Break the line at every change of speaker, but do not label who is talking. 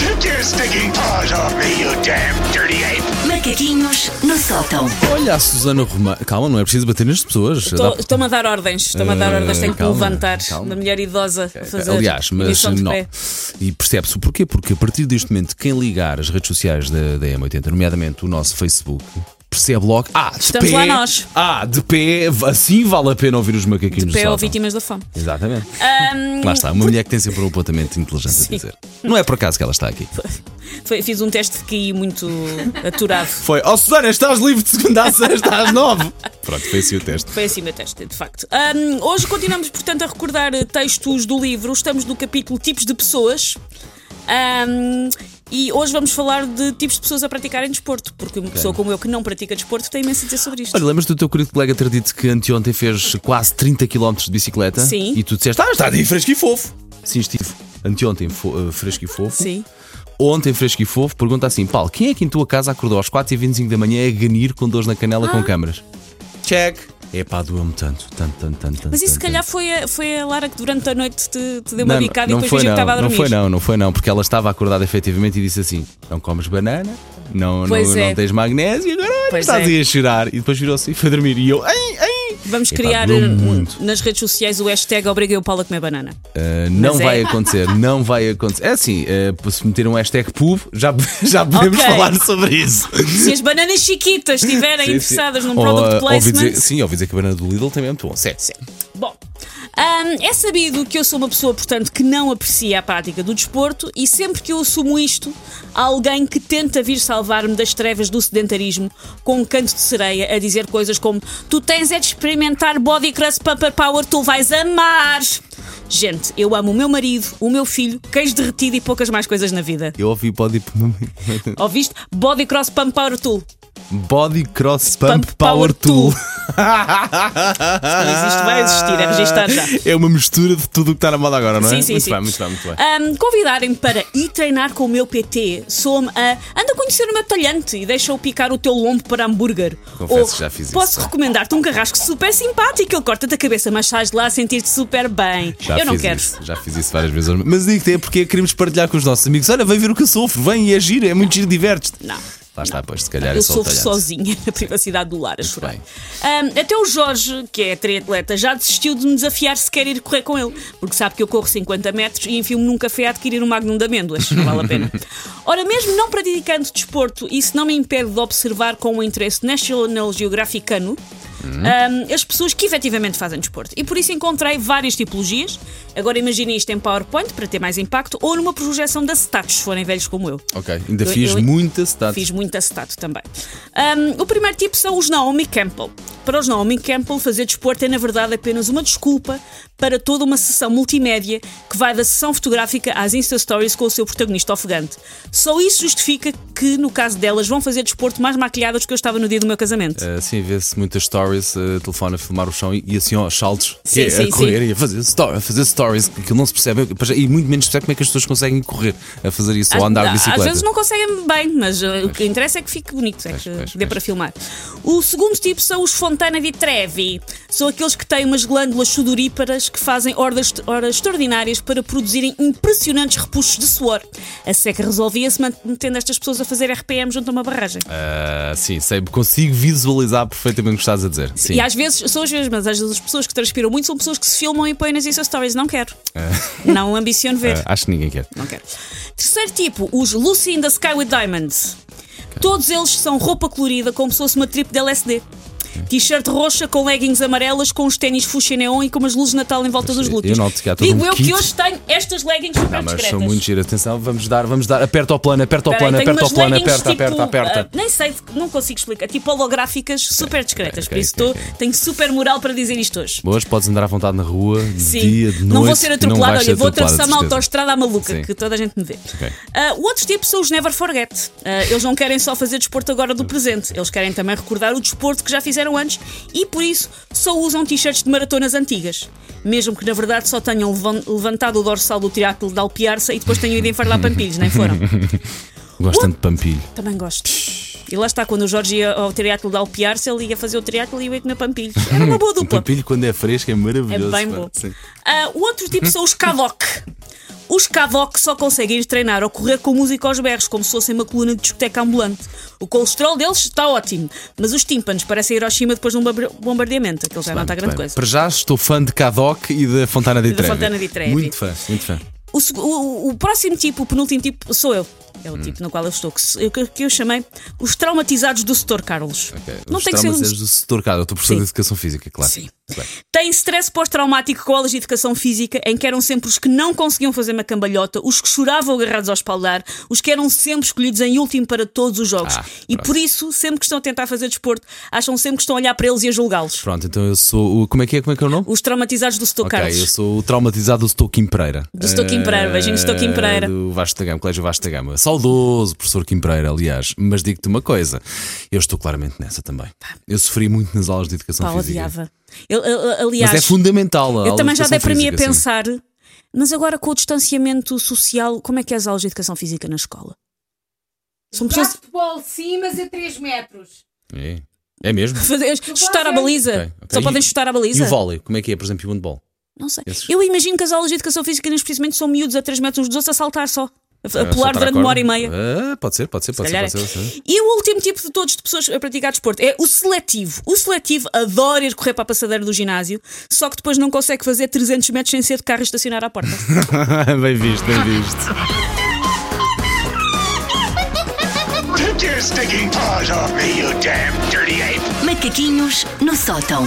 stinking paws off me, you damn dirty ape!
Macaquinhos no sótão.
Olha a Susana Romana. Calma, não é preciso bater nas pessoas. Dá-
Estou-me a dar ordens, estou-me a dar
Eh,
ordens, tenho que me
calma,
levantar
calma.
da mulher idosa a fazer.
Aliás, mas
lição de
não.
pé.
E percebe-se o porquê? Porque a partir deste momento, quem ligar as redes sociais da, da M80, nomeadamente o nosso Facebook, percebe logo. Ah, de
Estamos
pé,
lá nós.
Ah, de pé, assim vale a pena ouvir os macaquinhos
De pé
do
ou
sótão.
vítimas da fome.
Exatamente.
um- Ahm,
Lá está, uma mulher que tem sempre um apontamento inteligente a dizer. Não é por acaso que ela está aqui.
foi- fiz um teste de QI muito aturado.
Foi, oh Susana, estás livre de segunda a sexta às nove. Pronto, foi assim o teste.
Foi assim o meu teste, de facto. Ahm, hoje continuamos, portanto, a recordar eh, textos do livro. Estamos no capítulo Tipos de Pessoas. Ahm, e hoje vamos falar de tipos de pessoas a praticarem desporto, porque uma pessoa como eu que não pratica desporto tem imenso a dizer sobre isto.
Olha, lembras do teu querido colega ter dito que anteontem fez quase 30 km de bicicleta?
Sim.
E tu disseste, ah, está de fresco e fofo. Sim, estive. Anteontem fo- eh, fresco e fofo.
Sim.
Ontem fresco e fofo. Pergunta assim, Paulo, quem é que em tua casa acordou às 4h25 da manhã a ganir com dores na canela
Ah.
com câmaras? Check. É pá, doeu-me tanto, tanto, tanto, tanto.
Mas isso se
tanto,
calhar
tanto.
foi a, foi a Lara que durante a noite te, te deu
Não,
uma bicada
não
e depois
foi,
fingiu que
não,
estava a
não
dormir.
foi não, não foi não, porque ela estava acordada efetivamente e disse assim: não comes banana, não, não,
Pois é.
não tens magnésio, agora
Pois
estás
é.
aí a chorar. E depois virou-se e foi dormir. E eu, ai, ai.
Vamos
Epá,
criar
doeu-me
eh,
tá muito.
nas redes sociais o hashtag Obriguei o Paulo a comer banana.
Uh, não
Mas é.
vai acontecer, não vai acontecer. É assim, uh, se meter um hashtag pub, já, já podemos
Ok.
falar sobre isso.
Se as bananas chiquitas estiverem
Sim, sim.
interessadas num
Ou,
product
uh, ouvi
placement.
dizer- sim, ouvi dizer que a banana do Lidl também é muito bom. Certo, certo.
Bom, hum, é sabido que eu sou uma pessoa, portanto, que não aprecia a prática do desporto e sempre que eu assumo isto, há alguém que tenta vir salvar-me das trevas do sedentarismo com um canto de sereia a dizer coisas como tu tens é de experimentar Body Crush Pumper Power, tu vais amar. Gente, eu amo o meu marido, o meu filho, queijo derretido e poucas mais coisas na vida.
Eu ouvi body,
Ouviste? Body Cross Pump Power Tool.
body Cross Pump,
Pump
Power
Power
Tool.
Tool. Não existe, vai existir, é registar já.
É uma mistura de tudo o que está na moda agora, não é?
Sim, sim,
muito
sim. Ah,
bem, muito bem, muito bem.
Ahm, convidarem-me para ir treinar com o meu PT, sou-me a anda a conhecer o meu talhante e deixa-o picar o teu lombo para hambúrguer.
Confesso que já fiz isso,
Posso
já.
recomendar-te um carrasco super simpático, ele corta-te a cabeça, mas sais de lá a sentir-te super bem.
Já
Eu não
fiz
quero.
Isso, já fiz isso várias vezes. Mas digo-te, é porque queremos partilhar com os nossos amigos. Olha, vem ver o que eu sofro, vem e é giro, é muito giro, divertes-te.
Não.
Lá está, pois, se calhar é
Eu
só o
sofro
talhante.
sozinha na privacidade do lar a chorar.
bem.
Ahm, até o Jorge, que é triatleta, já desistiu de me desafiar se quer ir correr com ele, porque sabe que eu corro 50 metros e enfio-me num café a adquirir um magnum de amêndoas. Não vale a pena. Ora, mesmo não praticando desporto, isso não me impede de observar com o interesse National Geographicano ahm, as pessoas que efetivamente fazem desporto. E por isso encontrei várias tipologias. Agora imaginem isto em PowerPoint para ter mais impacto ou numa projeção da status, se forem velhos como eu.
Ok, ainda
Eu-
fiz
eu-
muita cidade.
Fiz muita acetato também. Ahm, o primeiro tipo são os Naomi Campbell. Para os Naomi Campbell, fazer desporto é, na verdade, apenas uma desculpa para toda uma sessão multimédia que vai da sessão fotográfica às Insta Stories com o seu protagonista ofegante. Só isso justifica que, no caso delas, vão fazer desporto mais maquilhadas do que eu estava no dia do meu casamento.
Uh, sim, vê-se muitas stories, uh, telefone a filmar o chão e, e assim, ó, saltos
Sim,
que é,
sim,
a correr e a fazer, sto- a fazer stories, que não se percebe, e muito menos se percebe como é que as pessoas conseguem correr a fazer isso ou
Às-
andar de
às
bicicleta.
vezes não conseguem bem, mas uh, o que interessa é que fique bonito, é que
pois,
dê
pois.
para filmar. O segundo tipo são os Fontana di Trevi. São aqueles que têm umas glândulas sudoríparas que fazem horas, horas extraordinárias para produzirem impressionantes repuxos de suor. A seca resolvia-se mantendo estas pessoas a fazer RPM junto a uma barragem.
Ah, sim, sei, consigo visualizar perfeitamente o que estás a dizer. Sim.
E às vezes, são as mesmas, às vezes as pessoas que transpiram muito são pessoas que se filmam e põem nas Insta Stories. Não quero. Não ambiciono ver.
Ah, acho que ninguém quer.
Não quero. Terceiro tipo, os Lucy in the Sky with Diamonds. Todos eles são roupa colorida, como se fosse uma trip de LSD. T-shirt roxa com leggings amarelas, com os ténis fuchsia neon e com umas luzes de Natal em volta dos
eu
glúteos.
noto que há todo
Digo
um
eu
kit.
que hoje tenho estas leggings super
Ah, mas são
discretas.
muito giras. Atenção, vamos dar, vamos dar. Aperta ao plano, aperta ao
Espera
plano,
aí, tenho
aperta ao
umas
plano,
leggings
aperta, aperta,
tipo,
aperta.
ah, nem sei, não consigo explicar. Tipo holográficas super discretas.
ok,
por isso
ok,
estou-
ok.
tenho super moral para dizer isto hoje.
Boas, podes andar à vontade na rua, de
Sim.
dia, de noite.
não vou ser
e não
atropelado,
vais
olha,
ser
vou
atropelado,
atravessar uma
de certeza.
autoestrada à maluca,
Sim.
que toda a gente me vê.
Ok.
Ah, o outro tipo são os Never Forget. Ah, eles não querem só fazer desporto agora do presente, eles querem também recordar o desporto que já fizeram antes e por isso só usam t-shirts de maratonas antigas. Mesmo que na verdade só tenham levan- levantado o dorsal do triatlo de Alpiarça e depois tenham ido enfardar pampilhos, nem foram.
Gosto
Uh!
tanto de pampilho.
Também gosto. E lá está, quando o Jorge ia ao triatlo de Alpiarça, ele ia fazer o triatlo e eu ia comer pampilhos. Era uma boa
O
dupla.
pampilho, quando é fresco, é
É
maravilhoso.
bem
pá.
bom.
Sim.
Ah, o outro tipo são os Kavok. Os Kavok só conseguem ir treinar ou correr com música aos berros, como se fossem uma coluna de discoteca ambulante. O colesterol deles está ótimo, mas os tímpanos parecem Hiroshima depois de um bombar- bombardeamento, aquilo já não está
Muito bem.
grande coisa.
Para já estou fã de Cadoc e da Fontana de
E da
Trevi.
Fontana di Trevi.
Muito fã, muito fã.
O, seg- o- o- o próximo tipo, o penúltimo tipo, sou eu. É o tipo no qual eu estou, que, se- eu- que eu chamei os traumatizados do setor, Carlos. não
Os
tem que ser um.
traumas é do setor, cara. Eu estou professor de
Sim.
educação física, claro.
Sim.
Bem.
Tem stress pós-traumático com aulas de educação física, em que eram sempre os que não conseguiam fazer uma cambalhota, os que choravam agarrados ao espaldar, os que eram sempre escolhidos em último para todos os jogos.
Ah,
e
pronto.
por isso, sempre que estão a tentar fazer desporto, acham sempre que estão a olhar para eles e a julgá-los.
Pronto, então eu sou. o- Como é que é? Como é que é o nome?
Os traumatizados do setor,
ok,
Carlos.
eu sou o traumatizado do Stokim Pereira.
Do Setor Quim Pereira,
Eh,
beijinhos, Setor Quim Pereira.
Do Vasco da Gama, Colégio Vasco da Gama. Saudoso, professor Quim Pereira, aliás. Mas digo-te uma coisa, eu estou claramente nessa também. Eu sofri muito nas aulas de educação
Pá,
física.
odiava. Eu- eu- eu- aliás,
Mas é fundamental a aula
Eu
de
também já dei
educação
para mim a
física, sim.
pensar, mas agora com o distanciamento social, como é que é as aulas de educação física na escola? São
Jogar
pessoas
futebol sim, mas a 3 metros.
É, é mesmo?
fazer, chutar a baliza.
Ok, ok.
Só
E-
podem chutar a
E
baliza.
o vôlei? Como é que é, por exemplo, e o handball?
Não sei.
Esses-
Eu imagino que as aulas de educação física neste precisamente são miúdos a 3 metros uns dos outros a saltar só. A, a
Ah,
pular
soltar a
durante uma
corda?
hora e meia.
Ah, pode ser, pode ser, pode ser,
calhar
pode ser, pode ser.
é. E o último tipo de todos de pessoas a praticar desporto é o seletivo. O seletivo adora ir correr para a passadeira do ginásio, só que depois não consegue fazer 300 metros sem ser de carro e estacionar à porta.
bem visto, bem visto.
Take your stinking paws off me, you damn dirty ape!
Macaquinhos no sótão.